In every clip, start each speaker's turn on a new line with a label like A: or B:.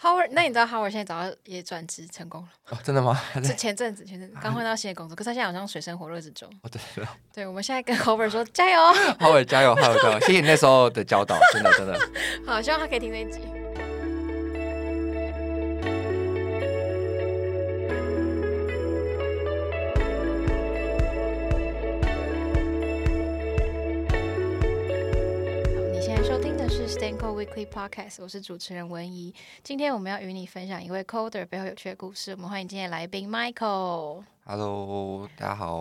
A: Howard，那你知道 Howard 现在早上也转职成功了？
B: 哦，真的吗？ 还
A: 是
B: 在
A: 前阵子，前阵子刚换到新的工作，可是他现在好像水深火热之中。
B: 哦，对对，
A: 对，我们现在跟 Howard 说加油，
B: 浩伟加油，浩伟加油！谢谢你那时候的教导，真的真的。
A: 好，希望他可以听这一集。好你现在收听的是 Stanco Weekly Podcast，我是主持人文怡。今天我们要与你分享一位 coder 背后有趣的故事。我们欢迎今天的来宾 Michael。
B: Hello，大家好。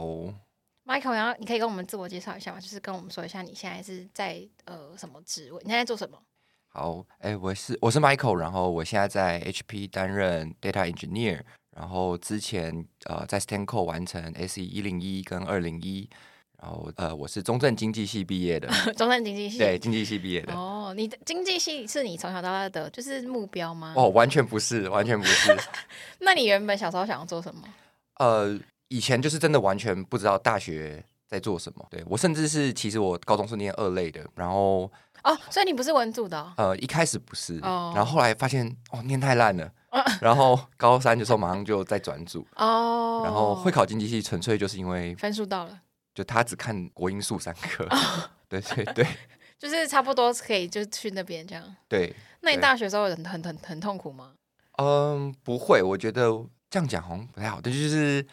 A: Michael，然后你可以跟我们自我介绍一下吗？就是跟我们说一下你现在是在呃什么职位，你现在做什么？
B: 好，哎，我是我是 Michael，然后我现在在 HP 担任 Data Engineer，然后之前呃在 Stanco 完成 SE 一零一跟二零一，然后呃我是中正经济系毕业的，
A: 中山经济系。
B: 对，经济系毕业的。
A: 哦，你的经济系是你从小到大的就是目标吗？
B: 哦，完全不是，完全不是。
A: 那你原本小时候想要做什么？
B: 呃，以前就是真的完全不知道大学在做什么。对我甚至是，其实我高中是念二类的，然后
A: 哦，所以你不是文组的、哦，
B: 呃一开始不是，
A: 哦
B: 然后后来发现哦念太烂了，然后高三的时候马上就再转组。
A: 哦
B: 然后会考经济系，纯粹就是因为
A: 分数到了，
B: 就他只看国英数三科，
A: 哦
B: 对对对
A: 就是差不多可以就去那边这样。
B: 对，
A: 那你
B: 对
A: 大学时候很很很很痛苦吗？
B: 嗯，不会，我觉得这样讲好像不太好，但就是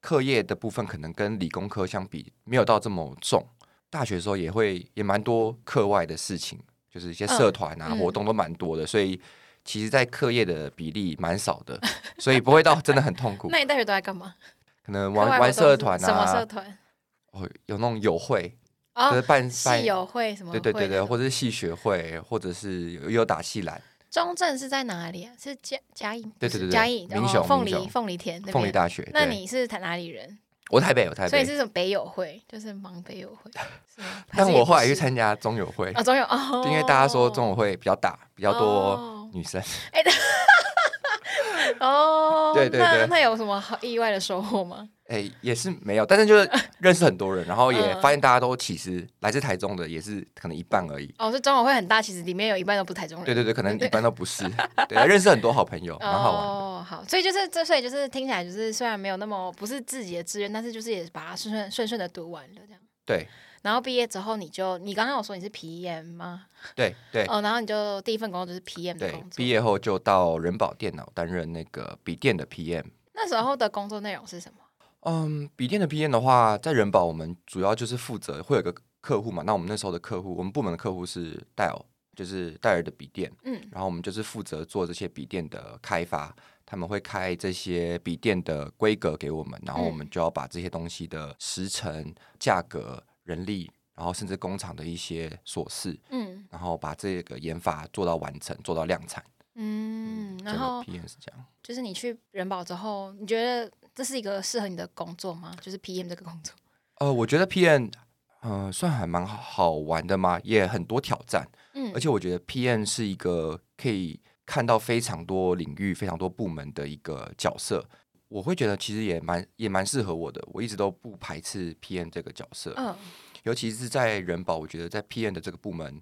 B: 课业的部分可能跟理工科相比，没有到这么重。大学的时候也会也蛮多课外的事情，就是一些社团啊、
A: 嗯
B: 活动都蛮多的，所以其实，在课业的比例蛮少的，所以不会到真的很痛苦
A: 那。你大学都在干嘛？
B: 可能
A: 课外
B: 玩
A: 活
B: 玩
A: 动
B: 社
A: 是
B: 团啊，
A: 什么社团？
B: 哦，有那种友会，就
A: 哦
B: 是，办办
A: 系，友会什么会
B: 对
A: 那种？
B: 对对对，或者是系学会，或者是有有打系篮，
A: 中正是在哪里啊？是嘉嘉义，
B: 对
A: 不是
B: 对对对
A: 嘉义，
B: 民
A: 然后
B: 雄
A: 凤
B: 民
A: 梨
B: 雄
A: 凤梨田那
B: 凤梨
A: 边。
B: 大学。
A: 那
B: 对
A: 你是台哪里人？
B: 我台北，我台
A: 所以是
B: 北，
A: 什么北友会，就是忙北友 会。是吗还
B: 但
A: 是也
B: 我后
A: 不
B: 来去
A: 是
B: 参加中友会
A: 啊，，总有 哦，
B: 因为大家说中友会比较大，比较多
A: 哦
B: 女生。
A: 哦，
B: 对对
A: 那
B: 对
A: 那有什么好意外的收获吗？
B: 哎、也是没有，但是就是认识很多人，然后也
A: 嗯
B: 发现大家都其实来自台中的也是可能一半而已。
A: 哦，是中友会很大，其实里面有一半都不是台中人。
B: 对对对，可能一般都不是。对，认识很多好朋友，蛮好玩的。
A: 哦，好，所以就是这，所以就是听起来就是虽然没有那么不是自己的志愿，但是就是也把它顺顺顺顺的读完了这样。
B: 对
A: 然后毕业之后，你就你刚刚有说你是 PM 吗？
B: 对对
A: 哦，然后你就第一份工作就是 PM 的
B: 对
A: 工，作。
B: 毕业后就到人保电脑担任那个笔电的 PM。
A: 那时候的工作内容是什么？
B: 嗯，笔电的 PM 的话，在人保我们主要就是负责会有个客户嘛，那我们那时候的客户，我们部门的客户是戴尔，就是戴尔的笔电。
A: 嗯，
B: 然后我们就是负责做这些笔电的开发，他们会开这些笔电的规格给我们，然
A: 嗯
B: 后我们就要把这些东西的时程、价格、人力，然后甚至工厂的一些琐事，
A: 嗯
B: 然后把这个研发做到完成，做到量产。
A: 嗯，然
B: 整个
A: 后
B: PM 是这样。
A: 就是你去人保之后，你觉得这是一个适合你的工作吗？就是 PM 这个工作？
B: 呃，我觉得 PM 呃算还蛮好玩的嘛，也很多挑战，
A: 嗯
B: 而且我觉得 PM 是一个可以看到非常多领域、非常多部门的一个角色。我会觉得其实也蛮也蛮适合我的，我一直都不排斥 PM 这个角色，
A: 嗯
B: 尤其是在人保，我觉得在 PM 的这个部门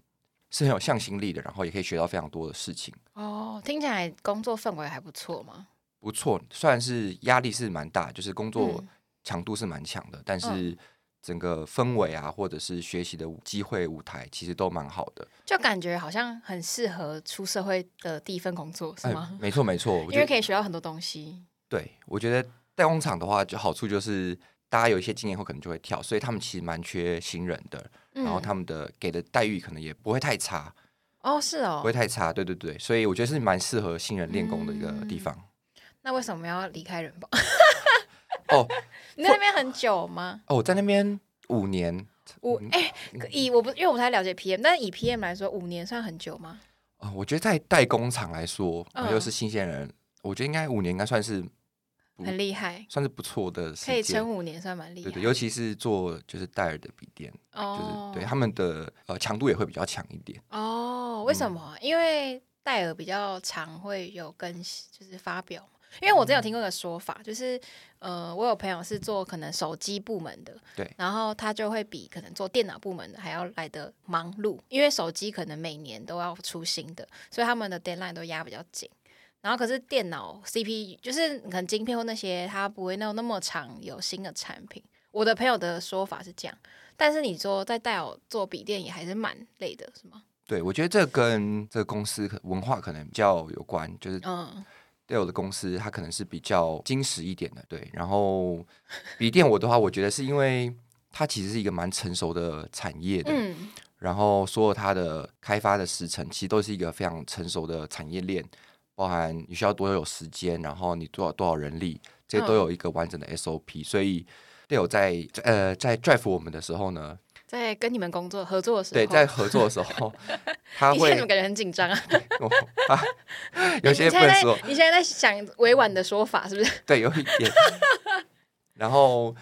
B: 是很有向心力的，然后也可以学到非常多的事情，
A: 哦，听起来工作氛围还不错嘛。
B: 不错，虽然是压力是蛮大，就是工作
A: 嗯
B: 强度是蛮强的，但是整个氛围啊，或者是学习的机会舞台，其实都蛮好的。
A: 就感觉好像很适合出社会的第一份工作，是
B: 哎
A: 吗？
B: 没错没错，我
A: 因
B: 觉
A: 为
B: 得。
A: 可以学到很多东西。
B: 对，我觉得代工厂的话，就好处就是大家有一些经验后可能就会跳，所以他们其实蛮缺新人的，
A: 嗯
B: 然后他们的给的待遇可能也不会太差，
A: 哦，是
B: 不
A: 哦
B: 会。太差。对对对，所以我觉得是蛮适合新人练功的一个
A: 嗯
B: 地方。
A: 那为什么要离开人保？
B: 哦
A: 你在那边很久吗？
B: 哦，我在那边五年，嗯
A: 五哎、以我不因为我不太了解 PM，但是以 PM 来说，五年算很久吗？
B: 哦，我觉得在代工厂来说，
A: 嗯
B: 又是新鲜人，我觉得应该五年应该算是不
A: 很厉害，
B: 算是不错的时
A: 可以
B: 间
A: 撑。五年算蛮厉害。
B: 对对，尤其是做就是戴尔的笔电，就是、
A: 哦，
B: 对他们的呃强度也会比较强一点。
A: 哦，为什么啊？因为戴尔比较常会有更新，就是发表嘛。因为我之前有听过一个说法，就是呃，我有朋友是做可能手机部门的，
B: 对
A: 然后他就会比可能做电脑部门的还要来的忙碌，因为手机可能每年都要出新的，所以他们的 deadline 都压比较紧。然后可是电脑 CPU 就是可能晶片或那些，它不会弄那么长有新的产品。我的朋友的说法是这样，但是你说在戴尔做笔电也还是蛮累的，是吗？
B: 对，我觉得这跟这个公司可文化可能比较有关，就是
A: 嗯，
B: Dell 的公司它可能是比较精实一点的，对。然后笔电我的话，我觉得是因为它其实是一个蛮成熟的产业的，
A: 嗯，
B: 然后所有它的开发的时程其实都是一个非常成熟的产业链，包含你需要多有时间，然后你多少多少人力，这些都
A: 嗯
B: 有一个完整的 SOP，、所以 Dell 在呃在 drive 我们的时候呢，
A: 在跟你们工作合作的时候，
B: 对，在合作的 时候，他
A: 你现在
B: 会
A: 怎么感觉很紧张啊？
B: 哦他有些
A: 你
B: 不
A: 现
B: 能
A: 在
B: 说嗯
A: 在，你现在在想委婉的说法是不是？
B: 对，有一点。然后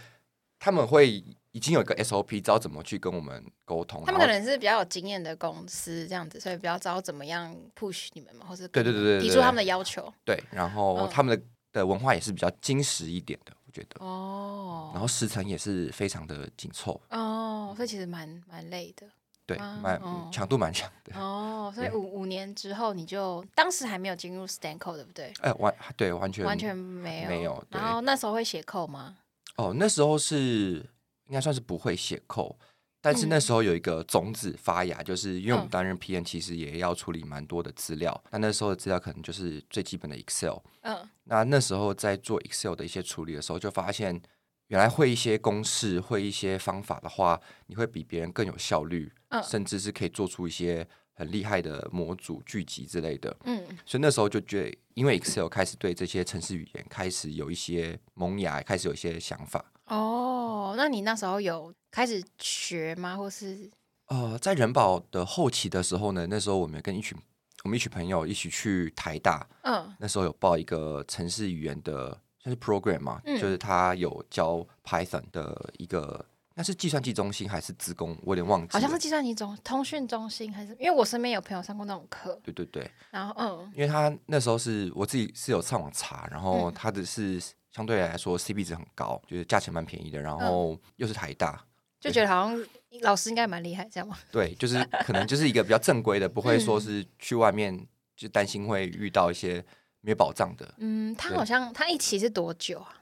B: 他们会已经有一个 SOP，知道怎么去跟我们沟通。
A: 他们可
B: 然后
A: 能是比较有经验的公司这样子，所以比较知道怎么样 push 你们嘛，或是
B: 对对对对对
A: 提出他们的要求。
B: 对，然后
A: 嗯
B: 他们的、的文化也是比较精实一点的，我觉得。然
A: 哦
B: 后时程也是非常的紧凑，
A: 哦，所以其实蛮蛮累的。
B: 对，
A: 啊
B: 蛮、
A: 哦
B: 强度蛮强的。
A: 哦，所以
B: 对
A: 五五年之后你就当时还没有进入 Stanco 对不对？
B: 哎、完对完全
A: 完全没有
B: 没有对
A: 然后那时候会写扣吗？
B: 哦，那时候是应该算是不会写扣，但是那
A: 嗯
B: 时候有一个种子发芽，就是因为我们
A: 嗯
B: 担任 PM，其实也要处理蛮多的资料，那那时候的资料可能就是最基本的 Excel，
A: 嗯
B: 那那时候在做 Excel 的一些处理的时候，就发现原来会一些公式、会一些方法的话，你会比别人更有效率，
A: 嗯
B: 甚至是可以做出一些很厉害的模组、聚集之类的。
A: 嗯
B: 所以那时候就觉得，因为 Excel 开始对这些程式语言开始有一些萌芽，开始有一些想法。
A: 哦，那你那时候有开始学吗？或是
B: 呃，在人保的后期的时候呢，那时候我们跟一群我们一群朋友一起去台大，
A: 嗯
B: 那时候有报一个城市语言的，算是 program 嘛，
A: 嗯
B: 就是他有教 Python 的一个，那是计算机中心还是资工，我有点忘记了。
A: 好像是计算机中通讯中心还是？因为我身边有朋友上过那种课，
B: 对对对，
A: 然后嗯
B: 因为他那时候是我自己是有上网查，然后
A: 嗯
B: 他的是相对来说 CP 值很高，就是价钱蛮便宜的，然
A: 嗯
B: 后又是台大，
A: 就觉得好像老师应该蛮厉害，这样吗？
B: 对，就是可能就是一个比较正规的，不会说
A: 嗯
B: 是去外面就担心会遇到一些没有保障的。
A: 嗯，他
B: 对
A: 好像他一期是多久啊？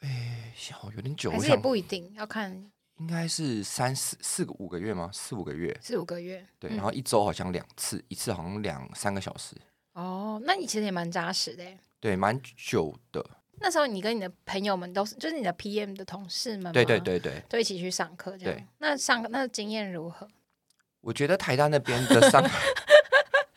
B: 哎，好有点久，
A: 还
B: 我
A: 是也
B: 想
A: 不一定，要看
B: 应该是三四四个五个月吗？四五个月。
A: 四五个月。
B: 对，
A: 嗯
B: 然后一周好像两次，一次好像两三个小时，
A: 哦，那你其实也蛮扎实的耶。
B: 对，蛮久的。
A: 那时候你跟你的朋友们都是，就是你的 PM 的同事们，
B: 对对，对对，
A: 都一起去上课这
B: 对
A: 样。那上课那经验如何？
B: 我觉得台大那边的上，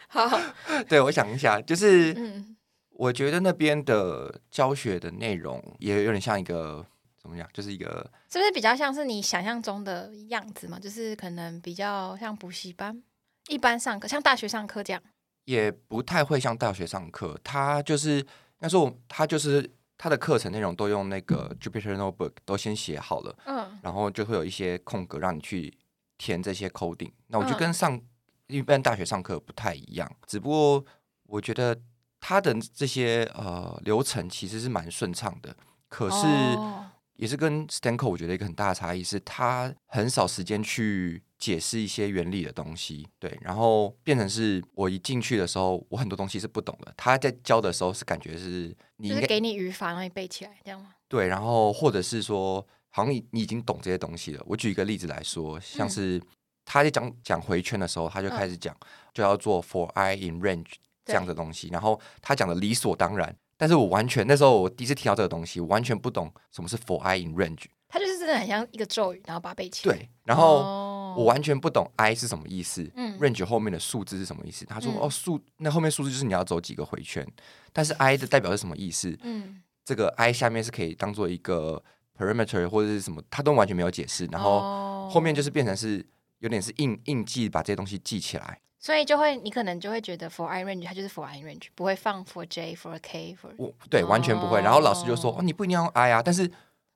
A: 好，
B: 对我想一下，就是
A: 嗯，
B: 我觉得那边的教学的内容也有点像一个怎么讲，就是一个
A: 是不是比较像是你想象中的样子嘛？就是可能比较像补习班，一般上课，像大学上课这样。
B: 也不太会像大学上课，它就是应该说我它就是它的课程内容都用那个 Jupyter Notebook 都先写好了，
A: 嗯
B: 然后就会有一些空格让你去填这些 coding。那我就
A: 嗯
B: 跟上、一般大学上课不太一样，只不过我觉得它的这些呃流程其实是蛮顺畅的，可是
A: 哦
B: 也是跟 Stanco 我觉得一个很大的差异是，它很少时间去解释一些原理的东西，对，然后变成是我一进去的时候，我很多东西是不懂的，他在教的时候是感觉是你
A: 就
B: 应
A: 是
B: 该
A: 给你语法，然后你背起来，这样吗？
B: 对，然后或者是说，好像你你已经懂这些东西了。我举一个例子来说，像
A: 嗯
B: 是他在讲讲回圈的时候，他就开始讲、就要做 for i in range 这样
A: 对
B: 的东西，然后他讲的理所当然，但是我完全那时候我第一次听到这个东西，我完全不懂什么是 for i in range。
A: 它就是真的很像一个咒语，然后把它背起来。
B: 对，然后
A: 哦
B: 我完全不懂 i 是什么意思、
A: 嗯
B: r a n g e 后面的数字是什么意思。他说、
A: 嗯
B: 哦数那后面数字就是你要走几个回圈，但是 i 的代表是什么意思？
A: 嗯，
B: 这个 i 下面是可以当做一个 parameter 或者是什么，他都完全没有解释。 然后
A: 哦
B: 后面就是变成是有点是硬硬记把这些东西记起来。
A: 所以就会，你可能就会觉得 for i range 它就是 for i range，不会放 for j for k for。
B: 我对完全不会。然后老师就说：“哦，你不一定要用 i 啊。”但是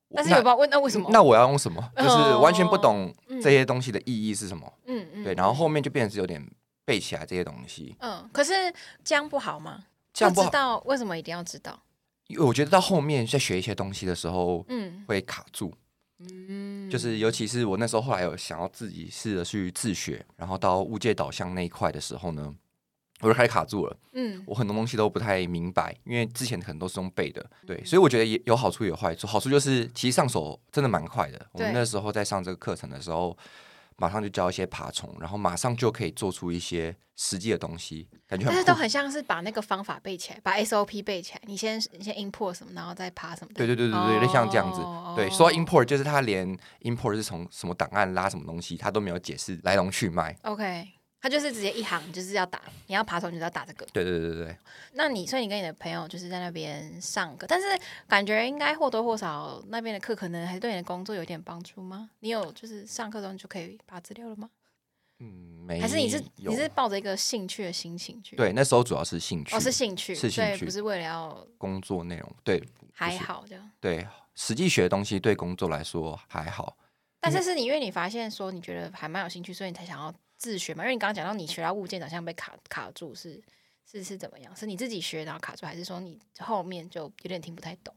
B: 我
A: 但是
B: 那
A: 有不知道问那为什么？
B: 那我要用什么？就是完全不懂
A: 嗯
B: 这些东西的意义是什么。
A: 嗯嗯，
B: 对，然后后面就变成是有点背起来这些东西，
A: 嗯，可是这样不好吗？
B: 这样不
A: 知
B: 好。
A: 道为什么一定要知道？
B: 因为我觉得到后面在学一些东西的时候
A: 嗯
B: 会卡住。
A: 嗯，
B: 就是尤其是我那时候后来有想要自己试着去自学，然后到物界导向那一块的时候呢，我就开始卡住了。
A: 嗯，
B: 我很多东西都不太明白，因为之前可能都是用背的，对，
A: 嗯
B: 所以我觉得也有好处也有坏处。好处就是其实上手真的蛮快的。我们那时候在上这个课程的时候，马上就教一些爬虫，然后马上就可以做出一些实际的东西，感觉
A: 但
B: 很
A: 是
B: 酷
A: 都。很像是把那个方法背起来，把 SOP 背起来。你先你先 import 什么，然后再爬什么。
B: 对对对对
A: 哦
B: 对，有点像这样子。对，说到 import，就是他连 import 是从什么档案拉什么东西，他都没有解释来龙去脉。
A: OK，他就是直接一行就是要打，你要爬虫就是要打这个。
B: 对对对对对，
A: 那你所以你跟你的朋友就是在那边上课，但是感觉应该或多或少那边的课可能还是对你的工作有点帮助吗？你有就是上课中你就可以爬资料了吗？
B: 嗯，没有。啊
A: 还是你是你是抱着一个兴趣的心情去？，
B: 对那时候主要是兴趣，
A: 哦是兴趣，
B: 是兴
A: 对，
B: 趣
A: 不是为了要
B: 工作内容，对
A: 还好这样。
B: 对，实际学的东西对工作来说还好。
A: 但是是你因为你发现说你觉得还蛮有兴趣，所以你才想要自学嘛？因为你刚刚讲到你学到物件长相被卡卡住是。是是怎么样？是你自己学然后卡住，还是说你后面就有点听不太懂？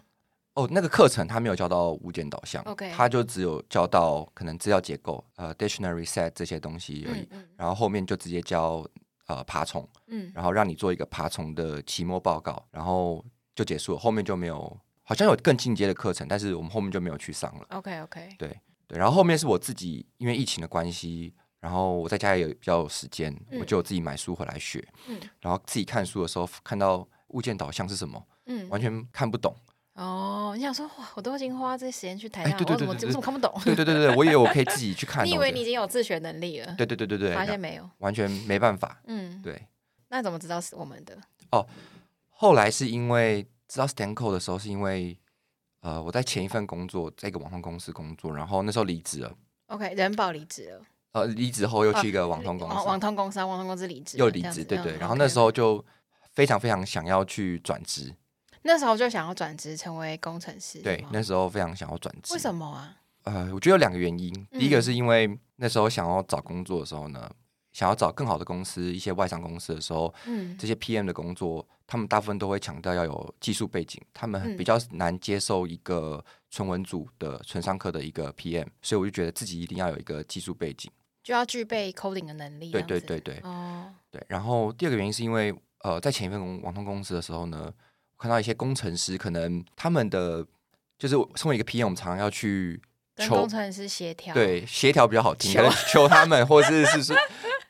B: 哦，那个课程他没有教到物件导向
A: OK
B: 他就只有教到可能资料结构、呃 dictionary set 这些东西而已，
A: 嗯嗯
B: 然后后面就直接教呃爬虫，
A: 嗯，
B: 然后让你做一个爬虫的期末报告，然后就结束了，后面就没有，好像有更进阶的课程，但是我们后面就没有去上了。
A: OK OK，
B: 对对，然后后面是我自己因为疫情的关系，然后我在家也有比较有时间，
A: 嗯
B: 我就自己买书回来学，
A: 嗯
B: 然后自己看书的时候看到物件导向是什么，
A: 嗯，
B: 完全看不懂。
A: 哦，你想说哇，我都已经花这些时间去台
B: 哎
A: 大，
B: 对对对
A: 我
B: 对
A: 怎么
B: 对
A: 我怎么看不懂？
B: 对对对对，我以为我可以自己去看
A: 你
B: 懂
A: 以
B: 的，
A: 为你已经有自学能力了，
B: 对对对对对，
A: 发
B: 然
A: 现
B: 后
A: 没有？
B: 完全没办法。
A: 嗯，
B: 对，
A: 那怎么知道是我们的？
B: 后来是因为知道 Stanco 的时候，是因为呃我在前一份工作，在一个网通公司工作，然后那时候离职了，
A: OK，人保离职了，
B: 呃离职后又去一个网通公
A: 啊网网
B: 司，
A: 通公司啊，网通公司离职了，
B: 又离
A: 这样
B: 职，
A: 子
B: 对对。
A: 嗯
B: 然后那
A: OK
B: 时候就非常非常想要去转职，
A: 那时候就想要转职成为工程师，
B: 对
A: 是，吗
B: 那时候非常想要转职。
A: 为什么啊？
B: 呃，我觉得有两个原因，第一个
A: 嗯
B: 是因为那时候想要找工作的时候呢，想要找更好的公司，一些外商公司的时候，
A: 嗯
B: 这些 PM 的工作，他们大部分都会强调要有技术背景，他们
A: 嗯
B: 很比较难接受一个纯文组的纯商科的一个 PM，所以我就觉得自己一定要有一个技术背景。
A: 就要具备 coding 的能力，
B: 对
A: 这样
B: 对
A: 子
B: 对对
A: 哦，
B: 对。然后第二个原因是因为，呃，在前一份公网通公司的时候呢，我看到一些工程师可能他们的就是我身为一个 PM，我们常常要去
A: 跟
B: 求
A: 工程师协调，，
B: 对协调比较好听，
A: 求
B: 可能求他们，或是是是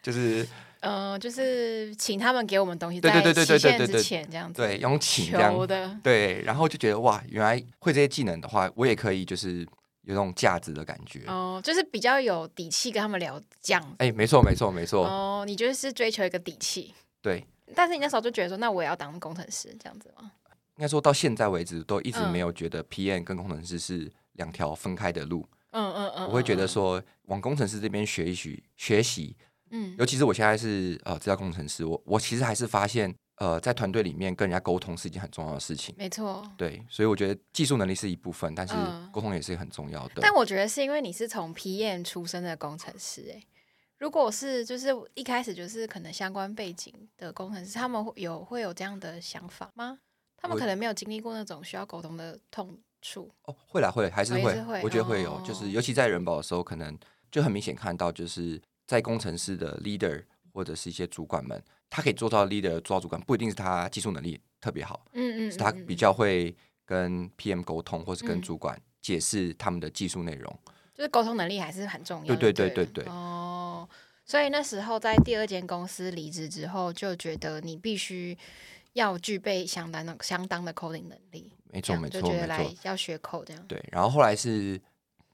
B: 就是
A: 呃，就是请他们给我们东西，
B: 对
A: 在
B: 对对对
A: 期
B: 对对
A: 限
B: 对
A: 之
B: 对
A: 前这样子，
B: 对用请这样
A: 求的，
B: 对，然后就觉得哇，原来会这些技能的话，我也可以就是有那种价值的感觉。哎、
A: 哦，就是比较有底气跟他们
B: 哦
A: 聊这样子。
B: 没错，没错，没错，
A: 哦，你就是追求一个底气，
B: 对。
A: 但是你那时候就觉得说，那我也要当工程师这样子吗？
B: 应该说到现在为止，都一直
A: 嗯
B: 没有觉得 PM 跟工程师是两条分开的路。
A: 嗯嗯嗯，
B: 我会觉得
A: 嗯，
B: 说，往工程师这边学一学学习，
A: 嗯
B: 尤其是我现在是呃资料工程师，我我其实还是发现，呃，在团队里面跟人家沟通是一件很重要的事情。
A: 没错。
B: 对，所以我觉得技术能力是一部分，但是
A: 嗯
B: 沟通也是很重要的。
A: 但我觉得是因为你是从 PM 出身的工程师、欸，如果是就是一开始就是可能相关背景的工程师，他们会有会有这样的想法吗？他们
B: 我
A: 可能没有经历过那种需要沟通的痛处。
B: 哦，会啦，会啦，还是
A: 哦也
B: 会，
A: 是会
B: 我觉得会有，就
A: 哦
B: 是尤其在人保的时候，可能就很明显看到，就是在工程师的 leader 或者是一些主管们，他可以做到 leader 做到主管，不一定是他技术能力特别好，
A: 嗯嗯，
B: 是他
A: 嗯
B: 比较会跟 PM 沟通，或是跟
A: 嗯
B: 主管解释他们的技术内容。
A: 就是沟通能力还是很重要的。
B: 对
A: 对
B: 对
A: 了
B: 对对对
A: 哦，所以那时候在第二间公司离职之后，就觉得你必须要具备相当的相当的 coding 能力，
B: 没
A: 这
B: 错，
A: 样
B: 没
A: 就
B: 错，
A: 觉得
B: 没
A: 来
B: 错。
A: 要学 code 这样。
B: 对，然后后来是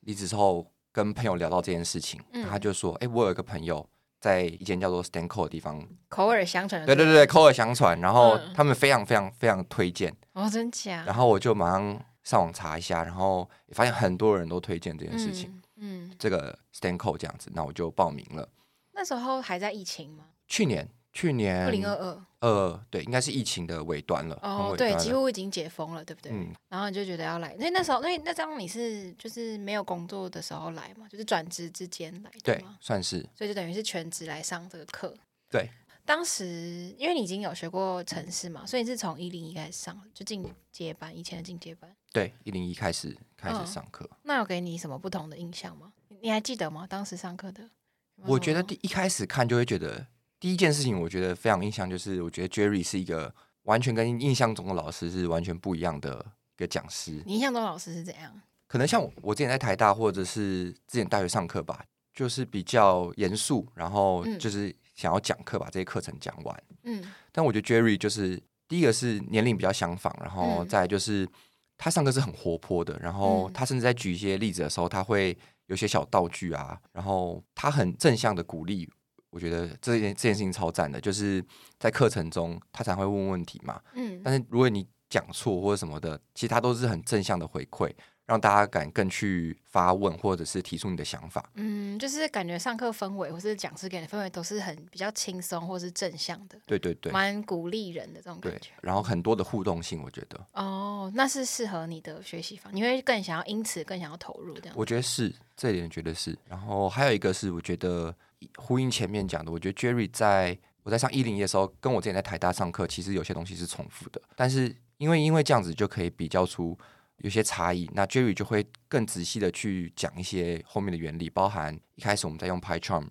B: 离职之后跟朋友聊到这件事情，
A: 嗯
B: 他就说：“哎、我有一个朋友在一间叫做 Stanco 的地方，
A: 口耳相传的
B: 对
A: 这
B: 对
A: 种。
B: 对，口耳相传，然后
A: 嗯
B: 他们非常非常非常推荐。”
A: 哦，真假？
B: 然后我就马上上网查一下，然后也发现很多人都推荐这件事情，
A: 嗯。嗯，
B: 这个 Stanco 这样子，那我就报名了。
A: 那时候还在疫情吗？
B: 去年，去年
A: 二零二二。
B: 呃，对，应该是疫情的尾端了，很
A: 哦，
B: 尾
A: 对，
B: 端
A: 几
B: 了
A: 乎已经解封了，对不对？
B: 嗯，
A: 然后你就觉得要来，那那时候，那那张你是就是没有工作的时候来嘛，就是转职之间来的
B: 对
A: 嘛，，
B: 算是
A: 所以就等于是全职来上这个课。
B: 对。
A: 当时因为你已经有学过城市嘛，所以你是从一零一开始上，就进阶班，以前的进阶班。
B: 对，一零一开始开
A: 嗯
B: 始上课。
A: 那有给你什么不同的印象吗？你你还记得吗？当时上课的？有没有
B: 我
A: 什
B: 觉得
A: 么
B: 第一开始看就会觉得，第一件事情我觉得非常印象就是，我觉得 Jerry 是一个完全跟印象中的老师是完全不一样的一个讲师。
A: 你印象中老师是怎样？
B: 可能像我我之前在台大或者是之前大学上课吧，就是比较严肃，然后
A: 嗯
B: 就是想要讲课把这些课程讲完。
A: 嗯
B: 但我觉得 Jerry 就是第一个是年龄比较相仿，然后
A: 嗯
B: 再来就是他上课是很活泼的，然后
A: 嗯
B: 他甚至在举一些例子的时候，他会有一些小道具啊，然后他很正向的鼓励。我觉得这件这件事情超赞的，就是在课程中他常会问问题嘛，
A: 嗯，
B: 但是如果你讲错或者什么的，其实他都是很正向的回馈，让大家敢更去发问或者是提出你的想法。
A: 嗯，就是感觉上课氛围或是讲师给你的氛围都是很比较轻松或是正向的，
B: 对对对
A: 蛮鼓励人的这种感
B: 对
A: 觉。，
B: 然后很多的互动性，我觉得，
A: 哦，那是适合你的学习方，你会更想要因此更想要投入这样。
B: 我觉得是这一点，觉得是。然后还有一个是，我觉得呼应前面讲的，我觉得 Jerry 在我在上一零一的时候，跟我之前在台大上课，其实有些东西是重复的，但是因为因为这样子就可以比较出有些差异，那 Jerry 就会更仔细的去讲一些后面的原理，包含一开始我们在用 PyCharm，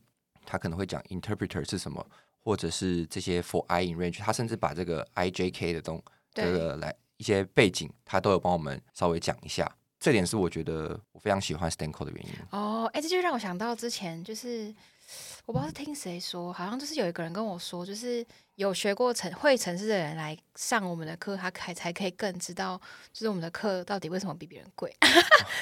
B: 他可能会讲 interpreter 是什么，或者是这些 for i in range，他甚至把这个 IJK 的东
A: 对
B: 这个来一些背景，他都有帮我们稍微讲一下。这点是我觉得我非常喜欢 Stanco 的原因。
A: 哦，哎、这就让我想到之前就是。我不知道是听谁说，好像就是有一个人跟我说，就是有学过城会城市的人来上我们的课，他才才可以更知道，就是我们的课到底为什么比别人贵。
B: 哦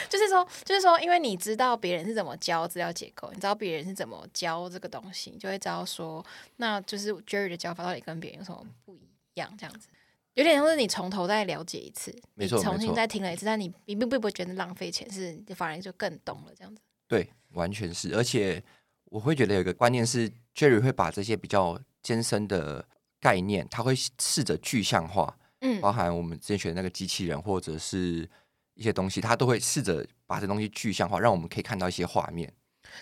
A: 就是说，就是说，因为你知道别人是怎么教资料结构，你知道别人是怎么教这个东西，你就会知道说，那就是 Jerry 的教法到底跟别人有什么不一样，这样子。有点像是你从头再了解一次，
B: 没错
A: 你重
B: 没
A: 新
B: 错
A: 再听了一次，但你并并不会觉得浪费钱，是你反而就更懂了这样子。
B: 对，完全是。而且我会觉得有一个观念是，Jerry 会把这些比较艰深的概念，他会试着具象化，
A: 嗯
B: 包含我们之前学的那个机器人或者是一些东西，他都会试着把这东西具象化，让我们可以看到一些画面。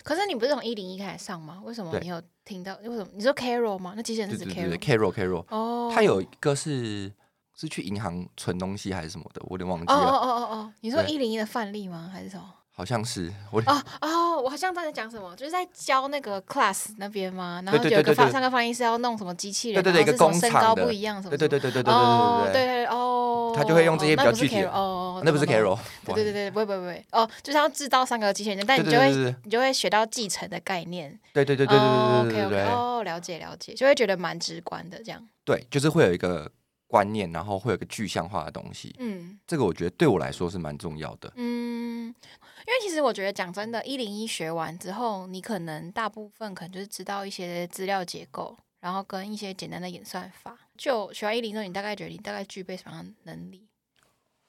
A: 可是你不是从一零一开始上吗？为什么
B: 对
A: 你有听到？为什么你说 Carol 吗？那机器人
B: 对
A: 是指
B: 对对
A: Carol
B: 对，Carol Carol，
A: 哦，
B: 他有一个是是去银行存东西还是什么的，我有点忘记
A: 哦哦哦
B: 了，
A: 哦哦，你说
B: 对
A: 一零一的范例吗？还是什么？
B: 好像是我。
A: 哦哦，我好像刚才讲什么，就是在教那个 class 那边嘛，然后
B: 对对
A: 有一个
B: 对对
A: 发
B: 对
A: 上课翻译是要弄什么机器人，
B: 对对对
A: 然后
B: 一个
A: 是什么身
B: 工
A: 高
B: 厂的
A: 不一样什么
B: 对对对对对对对对
A: 哦
B: 对
A: 对对哦，
B: 他就会用这些比较具体的
A: 哦哦，
B: 那不是
A: 懂懂
B: Carol，
A: 对对对对，不会不会不会，哦，就是要制造三个机器人，但
B: 对
A: 你
B: 对
A: 就
B: 对
A: 会
B: 对
A: 你就会学到继承的概念，
B: 对对对对对
A: o
B: 对对对
A: k
B: 对
A: OK，哦，了解了解，就会觉得蛮直观的这样，
B: 对，就是会有一个观念，然后会有一个具象化的东西。
A: 嗯。
B: 这个我觉得对我来说是蛮重要的。
A: 嗯，因为其实我觉得讲真的，一零一学完之后，你可能大部分可能就是知道一些资料结构，然后跟一些简单的演算法。就学完一零之后，你大概觉得你大概具备什么样的能力，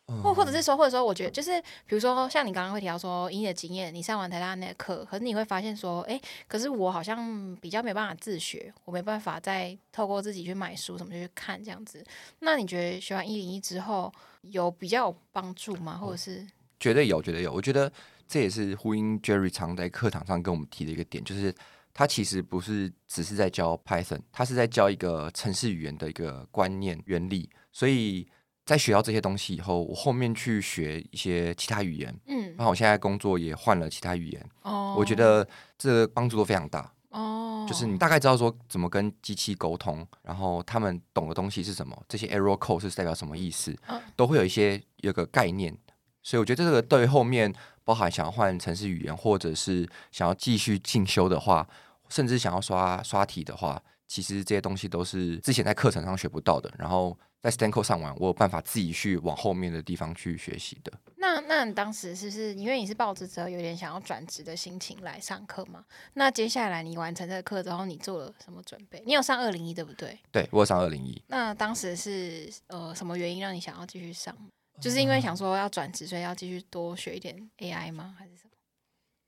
A: 或
B: 嗯，
A: 或者是说，或者说，我觉得就是比如说像你刚刚会提到说，以你的经验，你上完台大那个课，可是你会发现说，诶，可是我好像比较没办法自学，我没办法再透过自己去买书什么就去看这样子。那你觉得学完一零一之后，有比较有帮助吗？
B: 哦
A: 或者是？
B: 绝对有，绝对有。我觉得这也是呼应 Jerry 常在课堂上跟我们提的一个点，就是他其实不是只是在教 Python，他是在教一个程式语言的一个观念原理。所以在学到这些东西以后，我后面去学一些其他语言，
A: 嗯
B: 然，后我现在工作也换了其他语言，
A: 哦，
B: 啊我觉得这个帮助都非常大。
A: 哦，
B: 就是你大概知道说怎么跟机器沟通，然后他们懂的东西是什么，这些 error code 是代表什么意思，
A: 嗯
B: 都会有一些有个概念。所以我觉得这个对于后面包含想要换城市语言，或者是想要继续进修的话，甚至想要刷刷题的话，其实这些东西都是之前在课程上学不到的，然后在 Stanco 上完，我有办法自己去往后面的地方去学习的。
A: 那那你当时是不是因为你是报职之后有点想要转职的心情来上课嘛？那接下来你完成这个课之后，你做了什么准备？你有上二零一对不对？
B: 对我有上二零一，
A: 那当时是呃什么原因让你想要继续上？
B: 呃
A: 就是因为想说要转职，所以要继续多学一点 AI 吗？还是什么？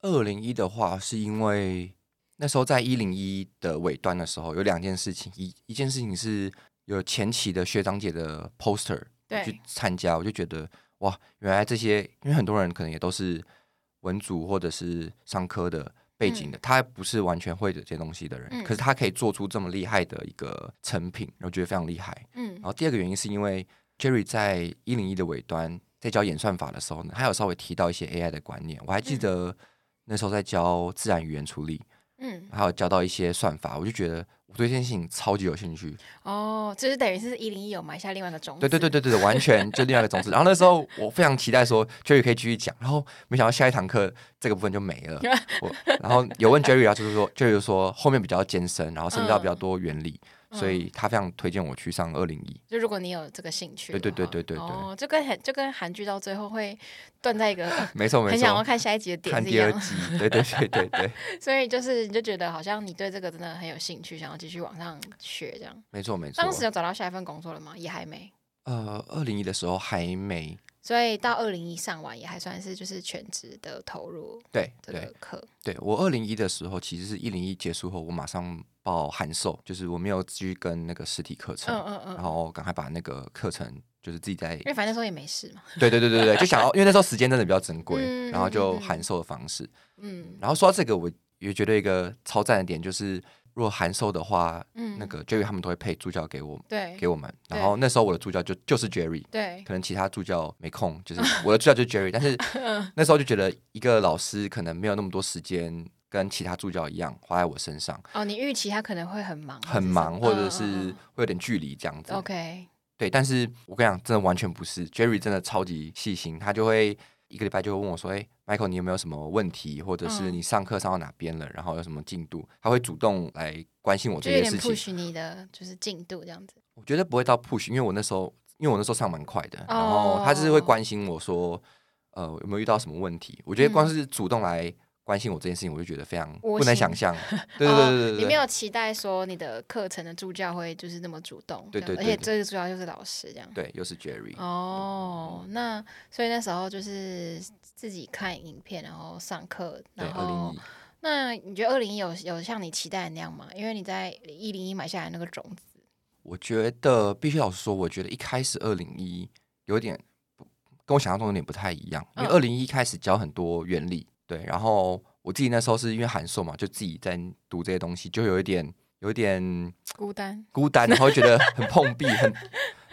B: 二零一的话，是因为那时候在一零一的尾端的时候，有两件事情，一一件事情是有前期的学长姐的 poster
A: 对
B: 我去参加，我就觉得哇，原来这些，因为很多人可能也都是文组或者是商科的背景的，他不是完全会这些东西的人，
A: 嗯
B: 可是他可以做出这么厉害的一个成品，我觉得非常厉害。
A: 嗯
B: 然后第二个原因是因为 Jerry 在一零一的尾端在教演算法的时候呢，他有稍微提到一些 AI 的观念。我还记得那时候在教自然语言处理，
A: 嗯
B: 还有教到一些算法，我就觉得我对这件事情超级有兴趣。
A: 哦，就是等于是一零一有埋下另外一个种子。
B: 对对对 对对，完全就另外一个种子。然后那时候我非常期待说 Jerry 可以继续讲，然后没想到下一堂课这个部分就没 了。我然后有问 Jerry，然后就是说 Jerry 就说后面比较艰深，然后涉及到比较多原理，
A: 嗯
B: 所以他非常推荐我去上二零一。
A: 就如果你有这个兴趣的话，
B: 对对对对对对
A: 哦，就跟韩就跟韩剧到最后会断在一个
B: 没错 没
A: 很想要
B: 错，
A: 看下一集的点
B: 看
A: 是一
B: 第二
A: 样，
B: 集，对对对对对，
A: 所以就是你就觉得好像你对这个真的很有兴趣，想要继续往上学这样。
B: 没错没错
A: 当。时有找到下一份工作了吗？也还没，
B: 呃，二零一的时候还没，
A: 所以到二零一上完也还算是就是全职的投入
B: 对
A: 这
B: 对
A: 个课。
B: 对，我二零一的时候其实是一零一结束后，我马上报函授，就是我没有继续跟那个实体课程
A: 嗯，嗯嗯
B: 然，后赶快把那个课程就是自己在
A: 因为反正那时候也没事嘛。
B: 对对对对对，就 想要，因为那时候时间真的比较珍贵，
A: 嗯
B: 然后
A: 嗯
B: 就
A: 嗯嗯
B: 函授的方式。
A: 嗯
B: 然后说到这个，我也觉得一个超赞的点就是，如果函授的话，
A: 嗯，
B: 那个 Jerry 他们都会配助教给我
A: 对
B: 给我们。
A: 对
B: 然后那时候我的助教就就是 Jerry，
A: 对，
B: 可能其他助教没空，就是我的助教就是 Jerry。但是
A: 嗯
B: 那时候就觉得一个老师可能没有那么多时间跟其他助教一样花在我身上，
A: 哦，你预期他可能会很忙，
B: 很忙，或者是
A: 嗯嗯嗯
B: 会有点距离这样子。
A: 嗯 OK，
B: 对，但是我跟你讲，真的完全不是，Jerry 真的超级细心，他就会一个礼拜就会问我说：“哎、m i c h a e l 你有没有什么问题，或者是
A: 嗯
B: 你上课上到哪边了，然后有什么进度？”他会主动来关心我这
A: 就有
B: 些
A: 点
B: 事情。
A: push 你的就是进度这样子。
B: 我觉得不会到 push，因为我那时候因为我那时候上蛮快的，然后他
A: 哦
B: 就是会关心我说：“呃，有没有遇到什么问题？”我觉得光是主动来关心我这件事情，我就觉得非常
A: 嗯窝
B: 不能
A: 心
B: 想象。 对对
A: 哦
B: 对对对
A: 你
B: 对
A: 没有期待说你的课程的助教会就是那么主动，
B: 对对
A: 这样
B: 对
A: 而且
B: 对
A: 这个助教就是老师这样。
B: 对，又是 Jerry。
A: 哦，那所以那时候就是自己看影片，然后上课，
B: 对，
A: 然
B: 二零
A: 后
B: 一，
A: 那你觉得二零一有有像你期待的那样吗？因为你在一零一买下来那个种子，
B: 我觉得必须老实说，我觉得一开始二零一有点不跟我想象中有点不太一样，因为
A: 嗯
B: 二零一开始教很多原理，对，然后我自己那时候是因为函授嘛，就自己在读这些东西，就有一点有一点
A: 孤单
B: 孤单，然后觉得很碰 壁，很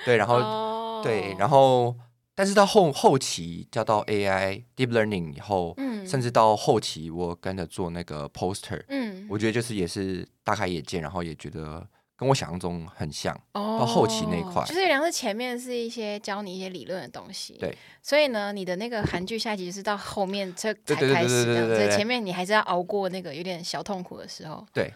B: 对，然后、
A: 哦
B: 对，然后但是到后后期教到 AI deep learning 以后，
A: 嗯
B: 甚至到后期我跟着做那个 poster，
A: 嗯，
B: 我觉得就是也是大开眼界，然后也觉得跟我想象中很像。
A: 哦
B: 到后期那一块
A: 就是梁是前面是一些教你一些理论的东西，
B: 对，
A: 所以呢，你的那个韩剧下集就是到后面这才
B: 对对对
A: 开始
B: 对对
A: 这样，
B: 对对
A: 所以
B: 对
A: 前面你还是要熬过那个有点小痛苦的时候，
B: 对，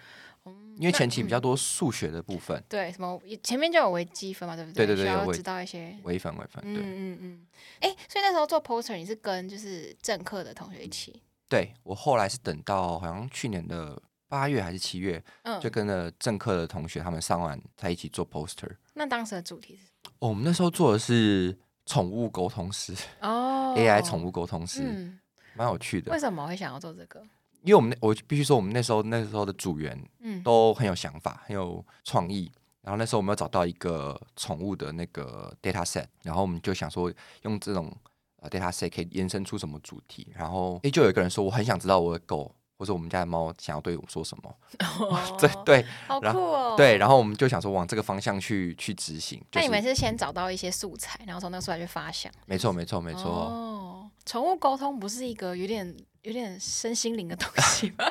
A: 嗯
B: 因为前期比
A: 那
B: 较多数学的部分，
A: 对什么前面就有微积分嘛，对不
B: 对对对
A: 需
B: 有
A: 要
B: 微
A: 知道一些，
B: 微分微分，
A: 嗯
B: 对、
A: 嗯嗯，哎、所以那时候做 poster 你是跟就是政课的同学一起，
B: 对。我后来是等到好像去年的八月还是七月，
A: 嗯
B: 就，跟着政课的同学他们上完在一起做 poster。
A: 那当时的主题是什
B: 哦，我们那时候做的是宠物沟通师、
A: 么哦
B: a i 宠物沟通师，
A: 嗯，
B: 蛮、有趣的
A: 为。什么会想要做这个？
B: 因为我们那我必须说，我们那时候那时候的组员
A: 嗯，
B: 都很有想法，很有创意。然后那时候我们有找到一个宠物的那个 data set，然后我们就想说用这种呃 data set 可以延伸出什么主题。然后诶，就有一个人说我很想知道我的狗或者我们家的猫想要对我说什么。哦对对
A: 好酷
B: 然后
A: 哦，
B: 对，然后我们就想说往这个方向去去执行。就
A: 那
B: 是
A: 你们是先找到一些素材，然后从那个素材去发想？
B: 没错没错没错。
A: 哦，宠物沟通不是一个有点有点身心灵的东西 吗？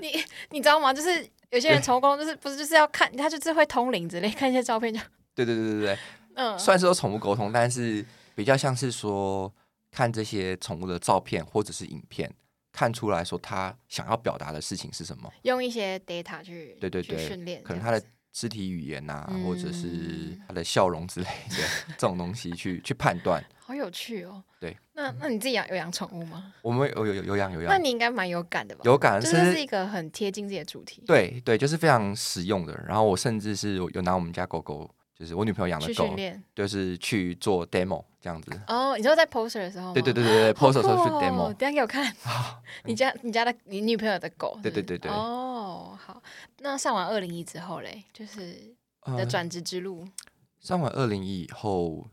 A: 你你知道吗？就是有些人
B: 对
A: 宠物沟通就是不是就是要看他就是会通灵之类，看一些照片就
B: 对对对对对，
A: 嗯
B: 虽然是说宠物沟通，但是比较像是说看这些宠物的照片或者是影片，看出来说它想要表达的事情是什么。
A: 用一些 data 去
B: 对对
A: 去
B: 对
A: 训练这样子，
B: 可能他的肢体语言呐、
A: 嗯
B: 或者是他的笑容之类的这种东西去去判断。
A: 好有趣哦。
B: 对，
A: 那那你自己养有养宠物吗？
B: 我们有有有有养有
A: 那
B: 养
A: 你应该蛮有感的吧？
B: 有感，
A: 就
B: 甚
A: 是这
B: 至
A: 是一个很贴近自己的主题，
B: 对对，就是非常实用的。然后我甚至是有有拿我们家狗狗，就是我女朋友养
A: 去
B: 的
A: 训
B: 狗，
A: 练。
B: 就是去做 demo 这样子。
A: 哦，你说在 poster 的时候吗？
B: 对对对对对，post
A: 好
B: 的时候去
A: 酷哦
B: demo，啊
A: 等一下给我看。 你家你家的你女朋友的狗是不是，
B: 对对对对
A: 哦，好，那上完二零一之后嘞，就是你的
B: 呃
A: 转职之路，
B: 上完二零一以后，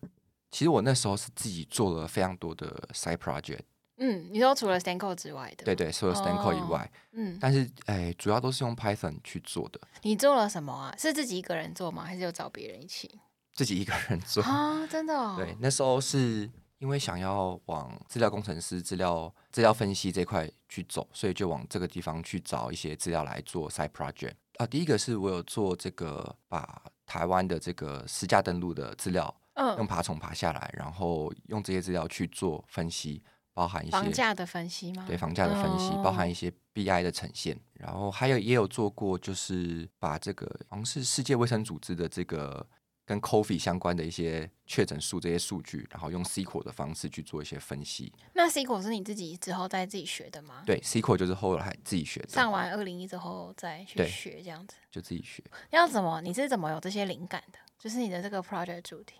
B: 其实我那时候是自己做了非常多的 side project，
A: 嗯，你说除了 Stanco 之外的，
B: 对，对，除了 Stanco 以
A: 哦
B: 外，
A: 嗯，
B: 但是哎，主要都是用 Python 去做的，
A: 你做了什么啊？是自己一个人做吗？还是有找别人一 起
B: 自己一个人做。
A: 啊？真的、哦，
B: 对，，那时候是因为想要往资料工程师、资料资料分析这块去走，所以就往这个地方去找一些资料来做 side project。啊，第一个是我有做这个把台湾的这个实价登录的资料用
A: 嗯，
B: 爬虫爬下来，然后用这些资料去做分析，包含一
A: 房
B: 些
A: 价的分析吗？
B: 对房价的分析，包
A: 哦
B: 含一些 BI 的呈现，然后还有也有做过，就是把这个好像是世界卫生组织的这个跟 COVID 相关的一些确诊数这些数据，然后用 SQL 的方式去做一些分析。
A: 那 SQL 是你自己之后再自己学的吗？
B: 对，SQL 就是后来自己学
A: 上
B: 的，
A: 完二零一之后再去
B: 对
A: 学这样子。
B: 就自己学。
A: 要怎么？你是怎么有这些灵感的？就是你的这个 project 主题，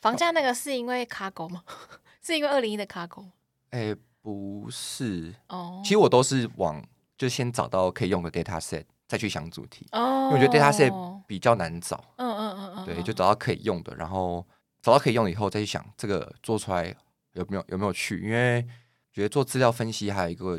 A: 房价那个是因为 cargo 吗？ 是因为二零一的 cargo 吗
B: 哎，不是，
A: 哦
B: 其实我都是往就先找到可以用的 data set，再去想主题，
A: 哦
B: 因，为我觉得 data
A: 嗯
B: set 比较难找。
A: 嗯嗯嗯，
B: 对，
A: 嗯
B: 就找到可以用的，然后找到可以用了以后再去想这个做出来有没有有没有趣，因为觉得做资料分析还有一个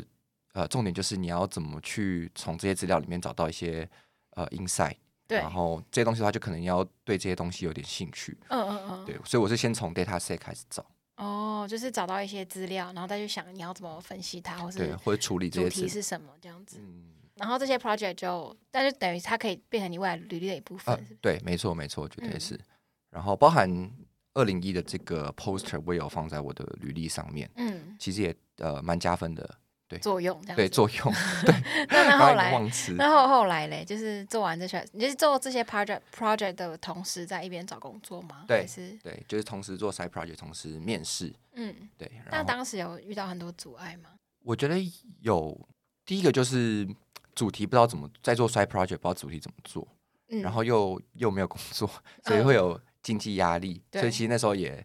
B: 呃重点就是你要怎么去从这些资料里面找到一些呃 insight，
A: 对，
B: 然
A: 嗯
B: 后这些东西的话就可能要对这些东西有点兴趣，
A: 嗯嗯，
B: 对，所以我是先从 data set 开始找，
A: 哦，就是找到一些资料，然后再去想你要怎么分析它，或
B: 对，
A: 是
B: 或者处理这
A: 主
B: 些
A: 题
B: 资料，
A: 是什么这样子。
B: 嗯
A: 然后这些 project 就，但是等于它可以变成你未来履历的一部分
B: 啊，
A: 是不是
B: 对，没错没错，我觉得也
A: 嗯
B: 是，然后包含二零一的这个 poster 我也有放在我的履历上面，
A: 嗯，
B: 其实也呃蛮加分的。
A: 作用这样子。
B: 对作用，
A: 那那
B: 然后
A: 后
B: 一个
A: 来，
B: 忘词，
A: 那后后来嘞，就是做完这些，你就是做这些 project project 的同时，在一边找工作吗？
B: 对
A: 还是
B: 对，就是同时做 side project，同时面试，
A: 嗯，
B: 对。
A: 那
B: 然后
A: 当时有遇到很多阻碍吗？
B: 我觉得有第一个就是主题不知道怎么在做 side project，不知道主题怎么做，
A: 嗯，
B: 然后又又没有工 作，所以
A: 嗯
B: 会有经济压力，
A: 对
B: 所以其实那时候也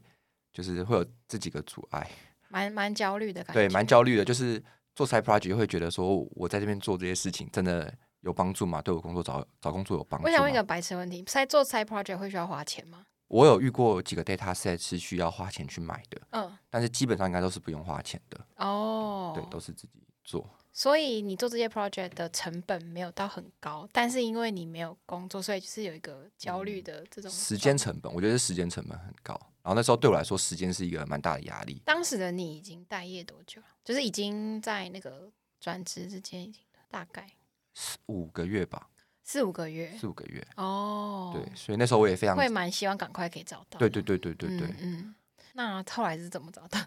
B: 就是会有这几个阻碍，
A: 蛮蛮焦虑的感觉。
B: 对，蛮焦虑的。就是做 side project 会觉得说我在这边做这些事情真的有帮助吗？对我工作找找工作有帮助
A: 我
B: 吗？
A: 想问一个白痴问题，在做 side project 会需要花钱吗？
B: 我有遇过几个 data set 是需要花钱去买的，
A: 嗯，
B: 但是基本上应该都是不用花钱的，
A: 哦，
B: 对，都是自己做。
A: 所以你做这些 project 的成本没有到很高，但是因为你没有工作，所以就是有一个焦虑的这种
B: 嗯时
A: 状
B: 间。成本，我觉得时间成本很高。然后那时候对我来说，时间是一个蛮大的压力。
A: 当时的你已经待业多久了？就是已经在那个转职之间已经大概
B: 四五个月吧，
A: 四五个月
B: 四五个月。
A: 哎哦，
B: 对，，所以那时候我也非常
A: 会蛮希望赶快可以找到。
B: 对对对对对对。
A: 嗯嗯。那后来是怎么找到？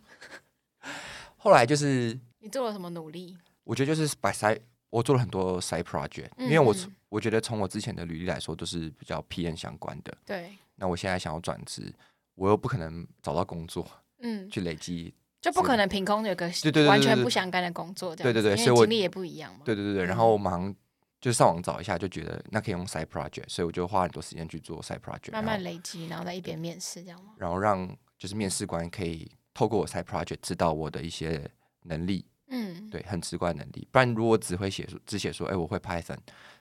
B: 后来就是
A: 你做了什么努力？
B: 我觉得就是把 side，我做了很多 side project，、
A: 嗯
B: 因为我
A: 嗯
B: 我觉得从我之前的履历来说，都是比较 PM 相关的。
A: 对，
B: 那我现在想要转职，我又不可能找到工作
A: 嗯，
B: 去累积。
A: 就不可能凭空有个
B: 对对对
A: 完
B: 对
A: 全
B: 对
A: 不相干的工作这样
B: 对
A: 子，
B: 对对
A: 因
B: 所以
A: 为
B: 我
A: 经历也不一样嘛。
B: 对对对
A: 嗯
B: 对，然后我马上就上网找一下，就觉得那可以用 side project，所以我就花很多时间去做 side project，
A: 慢
B: 然后
A: 慢累积，然后再一边面试这样吗？
B: 然后让就是面试官可以透过我 side project 知道我的一些能力，
A: 嗯，
B: 对，很直观的能力。不然如果只会写说只写说，哎，我会 Python，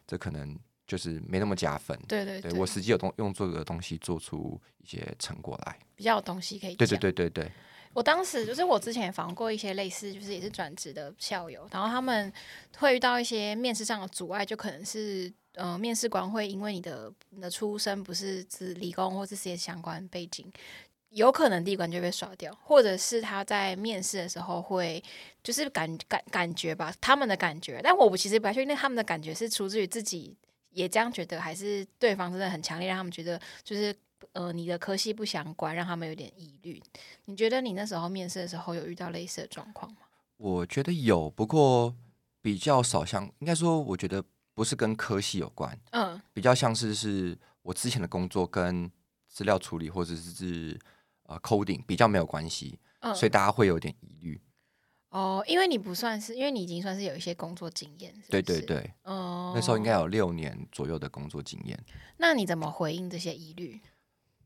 B: 这可能就是没那么加分。
A: 对对
B: 对我实际有东用这个东西做出一些成果来。
A: 比较有东西可以
B: 对
A: 讲。
B: 对对对对，
A: 我当时就是我之前也访过一些类似，就是也是转职的校友，然后他们会遇到一些面试上的阻碍，就可能是呃，面试官会因为你的你的出身不是自理工或是这些相关背景，有可能第一关就被刷掉，或者是他在面试的时候会就是感感感觉吧，他们的感觉，但我其实不太确定那他们的感觉是出自于自己也这样觉得，还是对方真的很强烈让他们觉得就是。呃，你的科系不相关，让他们有点疑虑。你觉得你那时候面试的时候有遇到类似的状况吗？
B: 我觉得有，不过比较少像，应该说我觉得不是跟科系有关，
A: 嗯
B: 比较像是是我之前的工作跟资料处理或者是是呃 coding 比较没有关系，
A: 嗯，
B: 所以大家会有点疑虑。
A: 哦，因为你不算是，因为你已经算是有一些工作经验，是不
B: 对对
A: 是，
B: 对，
A: 哦，
B: 那时候应该。有六年左右的工作经验。
A: 那你怎么回应这些疑虑？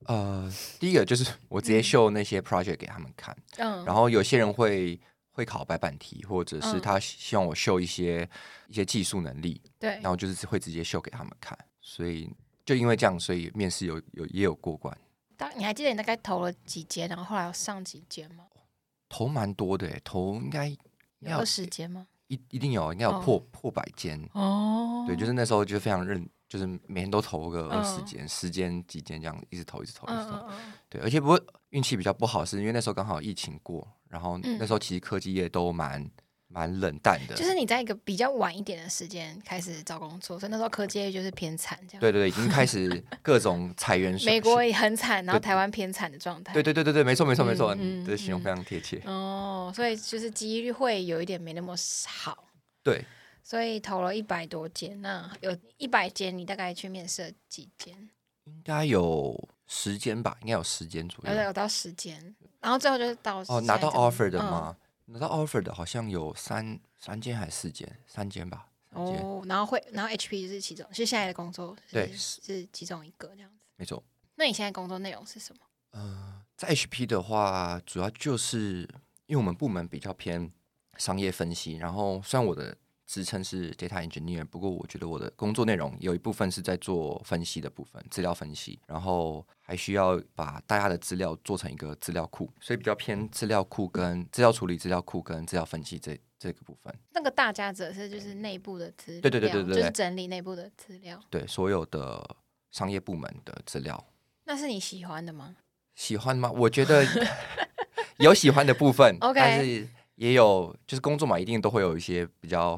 B: 呃，第一个就是我直接秀那些 project 给他们看，
A: 嗯，
B: 然后有些人会会考白板题，或者是
A: 嗯
B: 他希希望我秀一些一些技术能力，
A: 对
B: 然，后就是会直接秀给他们看。所以就因为这样，所以面试有有也有过关，
A: 当你还记得你大概投了几间，然后后来有上几间吗？
B: 投蛮多的耶，投应该应该
A: 有
B: 有
A: 二十间吗？
B: 一一定有应该有
A: 哦
B: 破、破百间，
A: 哦，
B: 对，就是是那时候就非常认，就是每天都投个二十
A: 嗯
B: 间、十间、几间这样，一直投，一直投，一直
A: 嗯
B: 投。
A: 嗯嗯，
B: 对，而且不过运气比较不好，是因为那时候刚好疫情过，然后
A: 嗯
B: 那时候其实科技业都蛮蛮冷淡的。
A: 就是你在一个比较晚一点的时间开始找工作，所以那时候科技业就是偏惨这样。
B: 对对对，已经开始各种裁员手续。
A: 美国也很惨，然后
B: 对
A: 台湾偏惨的状态。
B: 对对对对对，没错没错没错，
A: 嗯嗯
B: 你的形容非常贴切。
A: 哦，所以就是机会有一点没那么好，
B: 对，
A: 所以投了一百多间，那有一百间，你大概去面试了几间？
B: 应该有时间吧，应该有时间左
A: 有
B: 右。
A: 有到十间，然后最后就是到
B: 啊哦，拿
A: 现
B: 到
A: 在这嗯
B: offer
A: 个
B: 的？吗？拿到 offer 的好像有三三间还是四间？三间吧，
A: 嗯
B: 三间、
A: 哦，然后会，然后 HP 是其中，是现在的工作是，
B: 对
A: 是是其中一个这样子。
B: 没错。
A: 那你现在工作内容是什么？
B: 呃，在 HP 的话，主要就是因为我们部门比较偏商业分析，然后虽然我的职称是 data engineer，不过我觉得我的工作内容有一部分是在做分析的部分，资料分析，然后还需要把大家的资料做成一个资料库，所以比较偏资料库跟资料处理、资料库跟资料分析这这个部分。
A: 那个大家者是就是内部的资料，
B: 对对对对对
A: 就是整理内部的资料。
B: 对所有的商业部门的资料，
A: 那是你喜欢的吗？
B: 喜欢吗？我 觉得有喜欢的部分
A: OK
B: 但是也有就是工作嘛，一定都会有一些比较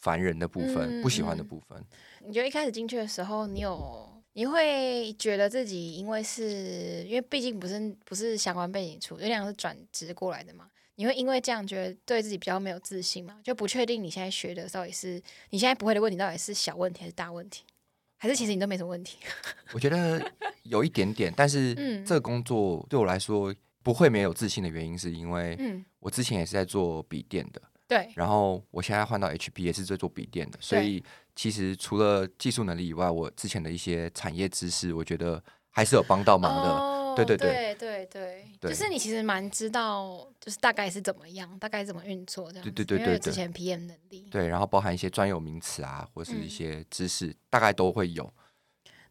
B: 烦人的部分，
A: 嗯
B: 不喜欢的
A: 嗯
B: 部分。
A: 你觉得一开始进去的时候，你有你会觉得自己因为是因为毕竟不是不是相关背景出，有点像是转职过来的嘛，你会因为这样觉得对自己比较没有自信嘛？就不确定你现在学的到底是你现在不会的问题到底是小问题还是大问题，还是其实你都没什么问题？
B: 我觉得有一点点，但是
A: 嗯
B: 这个工作对我来说不会没有自信的原因，是因为
A: 嗯，
B: 我之前也是在做笔电的，
A: 对，
B: 然后我现在换到 HP 也是在做笔电的，所以其实除了技术能力以外，我之前的一些产业知识，我觉得还是有帮到忙的。
A: 哦
B: 对对
A: 对
B: 对
A: 对对
B: 对
A: 就是你其实蛮知道，就是大概是怎么样，大概怎么运作这样子，
B: 对对对
A: 因为有
B: 对对
A: 之前 PM 能力。
B: 对，然后包含一些专有名词啊，或是
A: 嗯
B: 一些知识，大概都会有。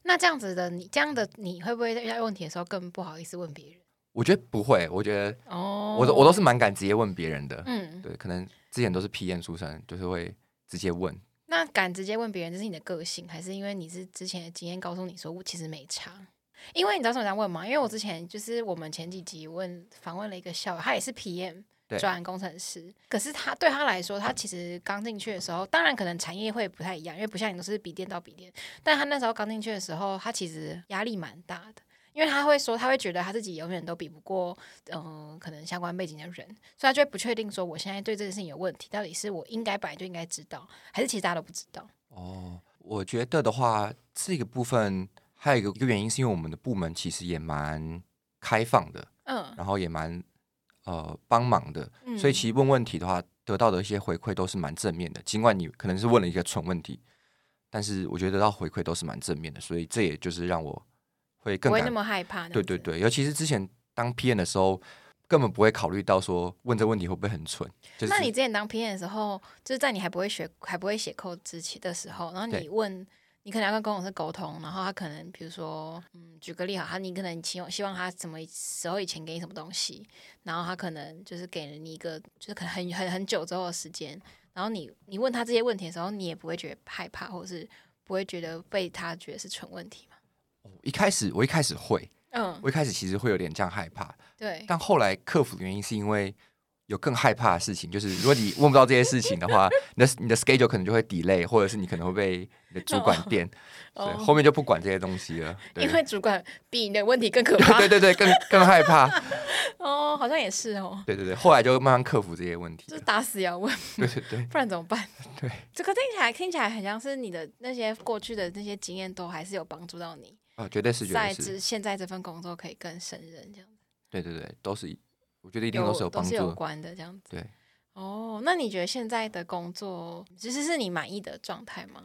A: 那这样子的你，这样的你会不会在遇到问题的时候更不好意思问别人？
B: 我觉得不会，我觉得
A: 哦，
B: 我都我都是蛮敢直接问别人的。
A: 嗯，
B: 对，可能之前都是 P N 出身，就是会直接问。
A: 那敢直接问别人，这是你的个性，还是因为你是之前的经验告诉你说，我其实没差？因为你知道为什么这样问吗？因为我之前就是我们前几集问访问了一个校友，他也是 PM
B: 对
A: 转工程师，可是他对他来说，他其实刚进去的时候，当然可能产业会不太一样，因为不像你都是笔电到笔电，但他那时候刚进去的时候，他其实压力蛮大的。因为他会说，他会觉得他自己永远都比不过，嗯、可能相关背景的人，所以他就会不确定说，我现在对这件事情有问题，到底是我应该本来就应该知道，还是其实大家都不知道。
B: 哦，我觉得的话，这个部分还有一个一个原因，是因为我们的部门其实也蛮开放的，
A: 嗯，
B: 然后也蛮呃帮忙的，所
A: 嗯
B: 以其实问问题的话，得到的一些回馈都是蛮正面的。尽管你可能是问了一个蠢问题，但是我觉得得到回馈都是蛮正面的，所以这也就是让我会
A: 不
B: 更
A: 会
B: 感
A: 那么害怕。
B: 对对，对，尤其是之前当 PM 的时候，根本不会考虑到说问这问题会不会很蠢。就是
A: 那你之前当 PM 的时候，就是在你还不会学、还不会写扣之前的时候，然后你
B: 对
A: 问，你可能要跟工程师沟通，然后他可能比如说，嗯，举个例好，他你可能希望希望他什么时候以前给你什么东西，然后他可能就是给了你一个，就是可能很很很久之后的时间，然后你你问他这些问题的时候，你也不会觉得害怕，或者是不会觉得被他觉得是蠢问题嘛？
B: 哦一开始我一开始会，
A: 嗯，
B: 我一开始其实会有点这样害怕，
A: 对，
B: 但后来克服的原因是因为。有更害怕的事情，就是如果你问不到这些事情的 话，你的你的 schedule 可能就会 delay，或者是你可能会被你的主管电，对，
A: 哦
B: 后面就不管这些东西了。对
A: 因为主管比你的问题更可怕
B: 对对对，更更害怕。
A: 哦，好像也是哦，
B: 对对对，后来就慢慢克服这些问题
A: 就是
B: 了。
A: 打死也要问。
B: 对对对，
A: 不然怎么办？
B: 对，
A: 这个听起来听起来很像是你的那些过去的那些经验都还是有帮助到你，
B: 啊，绝对是，绝
A: 在
B: 对是。
A: 这现在这份工作可以更胜任，这样子
B: 对对对，都是，我觉得一定都是有帮
A: 都
B: 助
A: 是有
B: 的。
A: 关的这样子。
B: 对，
A: 哦，那你觉得现在的工作其实是你满意的状态吗？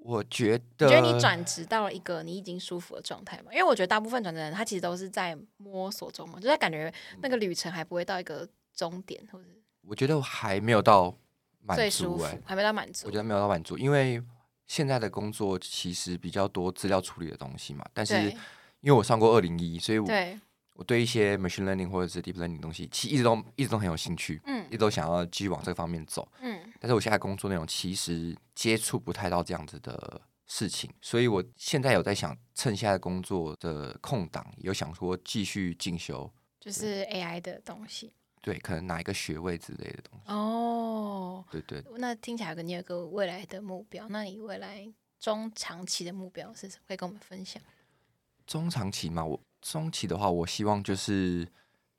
B: 我觉
A: 你
B: 得，
A: 觉得你转职到了一个你已经舒服的状态吗？因为我觉得大部分转职的人他其实都是在摸索中嘛，就在感觉那个旅程还不会到一个终点或者
B: 我觉得我还没有到满
A: 最舒
B: 足
A: 服
B: 哎、，
A: 还没到满足
B: 我觉。得没有到满足，因为现在的工作其实比较多资料处理的东西嘛。但是
A: 对
B: 因为我上过二零一，所以我
A: 对，
B: 我对一些 machine learning 或者是 deep learning 的东西，其实一直都一直都很有兴趣，
A: 嗯
B: 一直都想要继续往这个方面走。
A: 嗯
B: 但是我现在工作内容其实接触不太到这样子的事情，所以我现在有在想，趁现在工作的空档，有想说继续进修。
A: 就是 AI 的东西。
B: 对，可能拿一个学位之类的东西。
A: 哦，
B: 对对，
A: 那听起来跟你有个未来的目标，那你未来中长期的目标是什么？可以跟我们分享？
B: 中长期嘛，我中期的话，我希望就是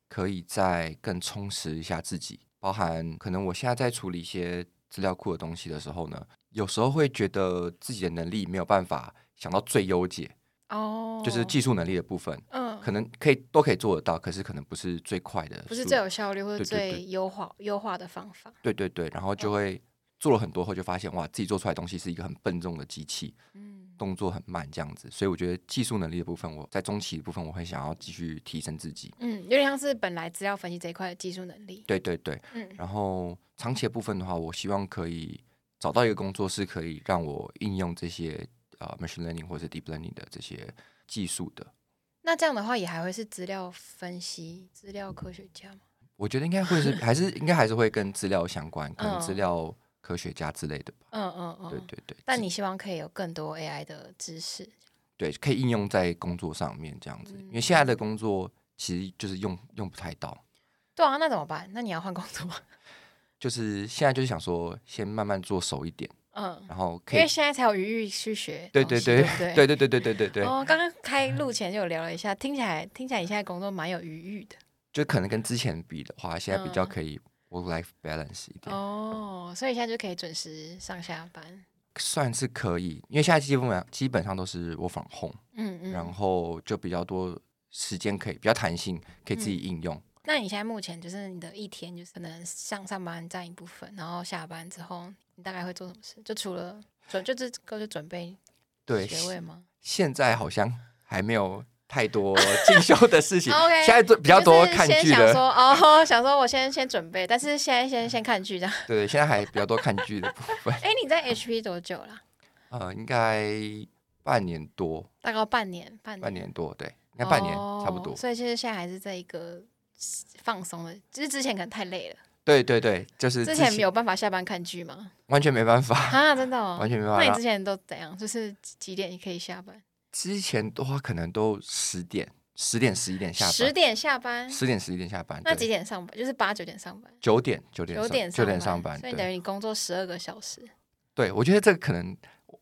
B: 可以再更充实一下自己，包含可能我现在在处理一些资料库的东西的时候呢，有时候会觉得自己的能力没有办法想到最优解，
A: 哦，
B: 就是技术能力的部分，
A: 嗯，
B: 可能可以都可以做得到，可是可能不是最快的速度，
A: 不是最有效率或者
B: 对对对
A: 最优化优化的方法。
B: 对对对，然后
A: 嗯
B: 就会做了很多后，就发现哇，自己做出来的东西是一个很笨重的机器，
A: 嗯，
B: 动作很慢这样子，所以我觉得技术能力的部分，我在中期的部分，我会想要继续提升自己。
A: 嗯，有点像是本来资料分析这一块的技术能力。
B: 对对对，
A: 嗯
B: 然后长期的部分的话，我希望可以找到一个工作是可以让我应用这些呃 machine learning 或者 deep learning 的这些技术的。
A: 那这样的话，也还会是资料分析、资料科学家吗？
B: 我觉得应该会是 还是应该还是会跟资料相关，可能
A: 嗯
B: 资料科学家之类的吧。
A: 嗯嗯嗯。
B: 对对对，
A: 但你希望可以有更多 AI 的知识。
B: 对可以应用在工作上面这样子，因为
A: 嗯
B: 现在的工作其实就是用用不太到。
A: 对啊，那怎么办？那你要换工作吗？
B: 就是现在就是想说，先慢慢做熟一点，
A: 嗯，
B: 然后可
A: 因
B: 以
A: 为现在才有余裕去学
B: 对
A: 东
B: 对
A: 西。
B: 对
A: 对不
B: 对对对对对对对，
A: 哦，刚刚开 录前就有聊了一下，听起来听起来你现在工作蛮有余裕的
B: 就可能跟之前比的话，现在比较
A: 嗯
B: 可以 work life balance 一点，
A: 哦，所以现在就可以准时上下班。
B: 算是可以，因为现在基本上基本上都是 work from home，、
A: 嗯嗯。
B: 然后就比较多时间可以比较弹性，可以自己
A: 嗯
B: 应用。
A: 那你现在目前就是你的一天，就是可能上上班占一部分，然后下班之后，你大概会做什么事？就除了准，就这个就准备
B: 对，
A: 学
B: 现
A: 位吗？
B: 现在好像还没有太多进修的事情
A: 哦 OK，
B: 现在都比较多
A: 就是
B: 看
A: 先
B: 剧
A: 想
B: 的，
A: 说哦，想说我先先准备，但是现在先先看剧这样。，
B: 对，现在还比较多看剧的部分
A: 哎，你在 HP 多久啦？
B: 呃，应该半年多，
A: 大概半年，半年，
B: 半年多，对，应该半年、
A: 哦
B: 差不多。
A: 所以就是现在还是在一个放松的，就是之前可能太累了，
B: 对对对，就是
A: 之前没有办法下班看剧吗？
B: 完全没 办法，
A: 啊，真的哦，
B: 完全没办
A: 那
B: 法
A: 你
B: 让
A: 之。前都怎样？就是几几点你可以下班？
B: 之前的话可能都十点、十点、十一点下班，
A: 十点下班，
B: 十点、十一点下班，
A: 那几
B: 对，
A: 点上班？就是八九点上班，
B: 九点、九点、
A: 九点
B: 九点上班。
A: 所以等
B: 对，
A: 于你工作十二个小时。
B: 对我觉得这个可能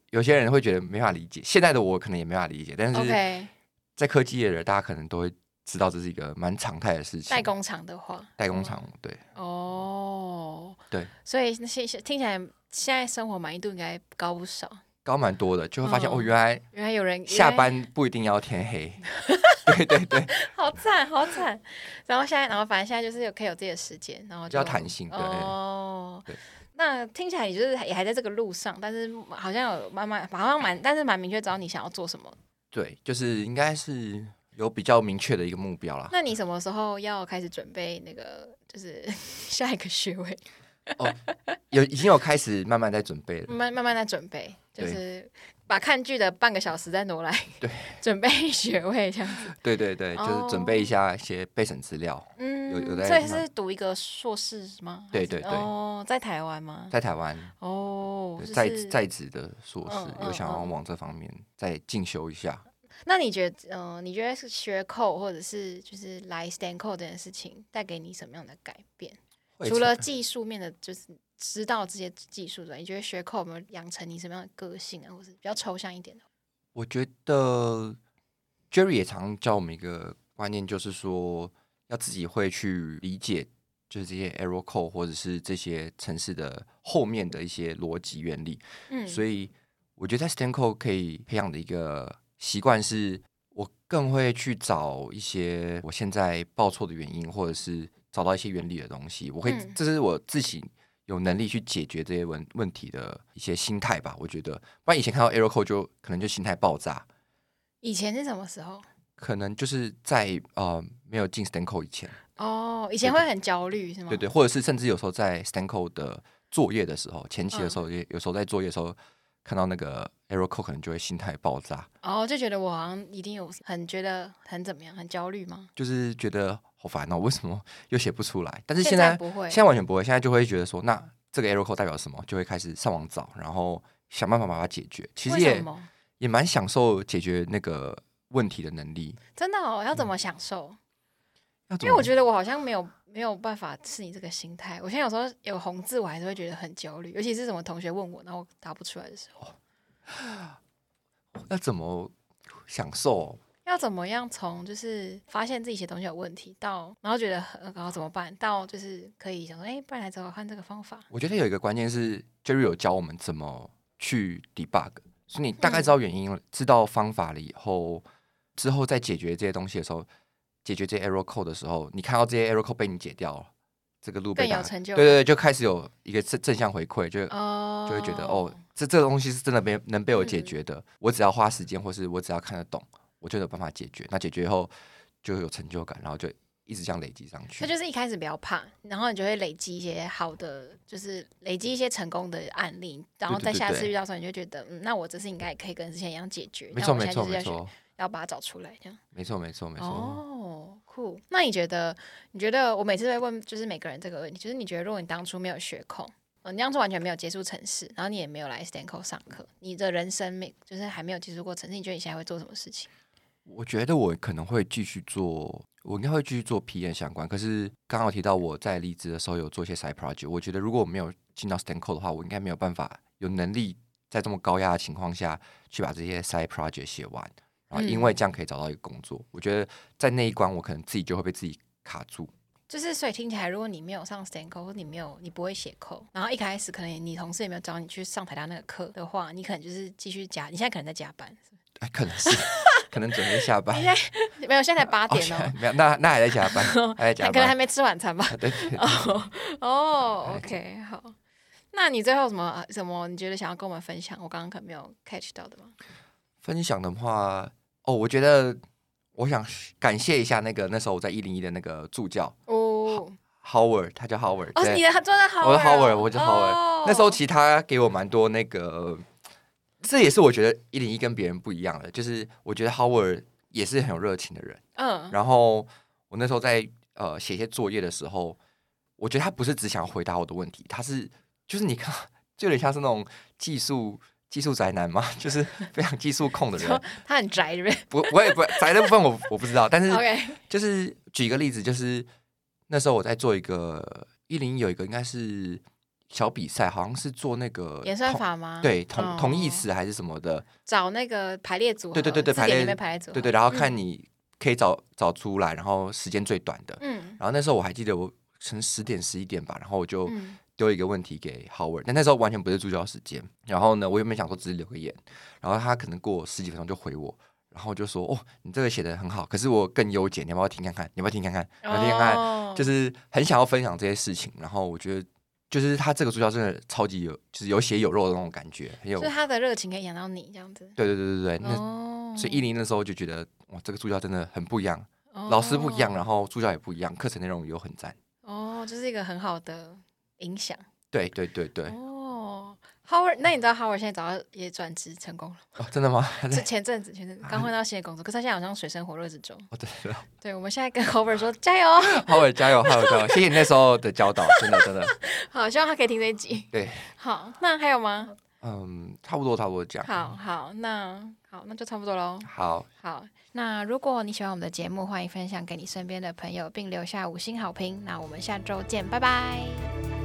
B: 有些人会觉得没法理解，现在的我可能也没法理解，但是
A: OK，
B: 在科技业的人，大家可能都会知道这是一个蛮常态的事情。
A: 代工嗯厂的话，
B: 代工厂，对
A: 哦，
B: 对，
A: 所以那些听起来现在生活满意度应该高不少。
B: 高蛮多的，就会发现、
A: 嗯
B: 哦，原来
A: 原来有人
B: 下，
A: 原
B: 班不一定要天黑。对对对，
A: 来好惨好惨。然后现在，然后反正现在就是有可以有自己的时间，然后
B: 比较弹性，对。哎
A: 哦
B: 对。
A: 那听起来你就是也还在这个路上，但是好像有慢慢，好像蛮，但是蛮明确知道你想要做什么。
B: 对，就是应该是有比较明确的一个目标啦。
A: 那你什么时候要开始准备那个就是 下一个学位？
B: 有已经有开始慢慢在准备了。
A: 慢慢慢的准备，就
B: 对
A: 是把看剧的半个小时再挪来，
B: 对，
A: 准 备学位这样子。
B: 对对对，就是准
A: 哦
B: 备一下一些备审资料，
A: 嗯，
B: 有有在
A: 所以是读一个硕士吗？
B: 对对对
A: 哦，在台湾吗？
B: 在台湾
A: 哦
B: 对，
A: 就
B: 在
A: 是
B: 在职的硕
A: 嗯
B: 士
A: 嗯
B: 有想要
A: 嗯
B: 往这方面再进修一下。
A: 那你觉得，嗯、你觉得是学扣或者是就是来 stand code 这件事情带给你什么样的改变？
B: 会
A: 除了
B: 成
A: 技术面的，就是知道这些技术的，你觉得学扣有没有养成你什么样的个性啊，或是比较抽象一点的？
B: 我觉得 Jerry 也常教我们一个观念，就是说要自己会去理解，就是这些 error code 或者是这些城市的后面的一些逻辑原理。
A: 嗯，
B: 所
A: 以
B: 以我觉得在 Stanco 可以培养的一个习惯是，我更会去找一些我现在报错的原因，或者是找到一些原理的东西。我会，
A: 嗯
B: 这是我自己有能力去解决这些问问题的一些心态吧。我觉得，不然以前看到 error code 就可能就心态爆炸，
A: 以前是什么时候？
B: 可能就是在呃没有进 Stanco 以前，
A: 哦，以前
B: 对
A: 会很焦虑是吗？
B: 对对，或者是甚至有时候在 Stanco 的作业的时候，前期的
A: 嗯
B: 时候，也有时候在作业的时候看到那个 error code，可能就会心态爆炸。
A: 哦，就觉得我好像一定有很觉得很怎么样，很焦虑吗？
B: 就是觉得好烦哦，为什么又写不出来？但是
A: 现
B: 现在
A: 在不会
B: 现在完全不会，现在就会觉得说，那这个 error code 代表什么？就会开始上网找，然后想办法把它解决。其实
A: 为什
B: 也
A: 么？
B: 也蛮享受解决那个问题的能力。嗯
A: 真的哦，要怎么享受？
B: 因
A: 因为我觉得我好像没有没有办法是你这个心态。我现在有时候有红字，我还是会觉得很焦虑，尤其是什么同学问我，然后我答不出来的时候，
B: 那怎么享受？
A: 要怎么样从就是发现自己写东西有问题，到然后觉得很呃然后怎么办，到就是可以想说，哎，不然来找我看这个方法。
B: 我觉得有一个关键是 Jerry 有教我们怎么去 debug，所以你
A: 嗯
B: 大概知道原因了，知道方法了以后，之后再解决这些东西的时候，解决这些 error code 的时候，你看到这些 error code 被你解掉了，这个路被
A: 更有
B: 打，
A: 成就
B: 对
A: 感
B: 对对，就开始有一个正正向回馈，就
A: 哦嗯
B: 就会觉得哦，这这个东西是真的被能被我解决的，我只要花时间，或是我只要看得懂，我就有办法解决。那解决以后就有成就感，然后就一直这样累积上去
A: 那。就是一开始不要怕，然后你就会累积一些好的，就是累积一些成功的案例，然后
B: 对对
A: 在
B: 对
A: 下
B: 对
A: 次遇到的时候，你就觉得，嗯，那我这次应该也可以跟之前一样解决。
B: 没
A: 那
B: 错
A: 我
B: 没
A: 现在就是
B: 错没
A: 要学
B: 错
A: 要把它找出来，这样。
B: 没错没错没错。
A: 哦，酷。那你觉得？你觉得我每次都会问，就是每个人这个问题，就是你觉得，如果你当初没有学控，呃，你当初完全没有接触城市，然后你也没有来 Stanco 上课，你的人生没就是还没有接触过城市，你觉得你现在会做什么事情？
B: 我觉得我可能会继续做，我应该会继续做 PM 相关。可是刚刚有提到我在离职的时候有做一些 side project，我觉得如果我没有进到 Stanco 的话，我应该没有办法有能力在这么高压的情况下去把这些 side project 写完。然后因
A: 嗯
B: 为这样可以找到一个工作，我觉得在那一关我可能自己就会被自己卡住。
A: 就是所以听起来，如果你没有上 Stanco，或你没有你不会写扣，然后一开始可能你同事也没有找你去上台大那个课的话，你可能就是继续加，你现在可能在加班，
B: 哎，可能是，可能准备下班。
A: 没有，现在才八点
B: 哦
A: 哦，
B: 没有，那那还在加 班，还在加
A: 可能还
B: 班。
A: 没吃晚餐吧。
B: 对对对
A: 哦哦
B: 哎
A: ，OK，好。那你最后有什么呃什么？你觉得想要跟我们分享？我刚刚可能没有 catch 到的吗？
B: 分享的话，哦，我觉得我想感谢一下那个那时候我在一零一的那个助教
A: 哦，
B: Howard，他叫 Howard，
A: 哦，是你
B: 对，
A: 的做的好，
B: 我是 Howard，我叫 Howard
A: 哦
B: 那时候其实他给我蛮多那个，这也是我觉得一零一跟别人不一样的，就是我觉得 Howard 也是很有热情的人。
A: 嗯，
B: 然后我那时候在呃写一些作业的时候，我觉得他不是只想回答我的问题，他是就是你看， 就有点像是那种技术技术宅男嘛， 就是非常技术控 的人
A: 说。他很宅，对不对
B: 不，我也不 宅的部分我我不知道，但是
A: ？OK，
B: 就是举一个例子，就是那时候我在做一个一零有一个应该是小比赛，好像是做那个
A: 演算
B: 同。
A: 法吗？
B: 对同同义
A: 哦
B: 词还是什么的，
A: 找那个排列组合，
B: 对对对对
A: 字
B: 排
A: 典
B: 列
A: 里面排列组合，
B: 对对，然后看
A: 嗯，
B: 你可以找找出来，然后时间最短的，
A: 嗯
B: 然后那时候我还记得我从十点十一点吧，然后我就
A: 嗯
B: 丢一个问题给 Howard，但那时候完全不是助教时间。然后呢，我原本想说只是留个言，然后他可能过十几分钟就回我，然后就说：“哦，你这个写的很好，可是我更优解，你要不要听看看？你要不要听看看？你要不要听看看？”
A: 哦
B: 就是很想要分享这些事情。然后我觉得，就是他这个助教真的超级有，就是有血有肉的那种感觉，很有
A: 就是他的热情可以养到你这样子。
B: 对对对对对。那、
A: 哦，
B: 所以一零那时候就觉得，哇，这个助教真的很不一样，
A: 哦
B: 老师不一样，然后助教也不一样，课程内容也有很赞。
A: 哦，哦，就是一个很好的影响。
B: 对对对对，
A: 哦，Howard，那你知道 Howard 现在早上也转职成功 了吗？
B: 哦，真的吗？他
A: 是
B: 在
A: 前阵子，前阵子刚换到新的工作，可是他现在好像水深火热之中。
B: 哦，对对，
A: 对，我们现在跟 Howard 说加油，
B: 浩伟加油，浩伟加油！谢谢你那时候的教导，真的真的，
A: 好，希望他可以听这一集。
B: 对，
A: 好，那还有吗？
B: 嗯，差不多差不多这样。
A: 好好，那好，那就差不多喽。
B: 好，
A: 好，那如果你喜欢我们的节目，欢迎分享给你身边的朋友，并留下五星好评。那我们下周见，拜拜。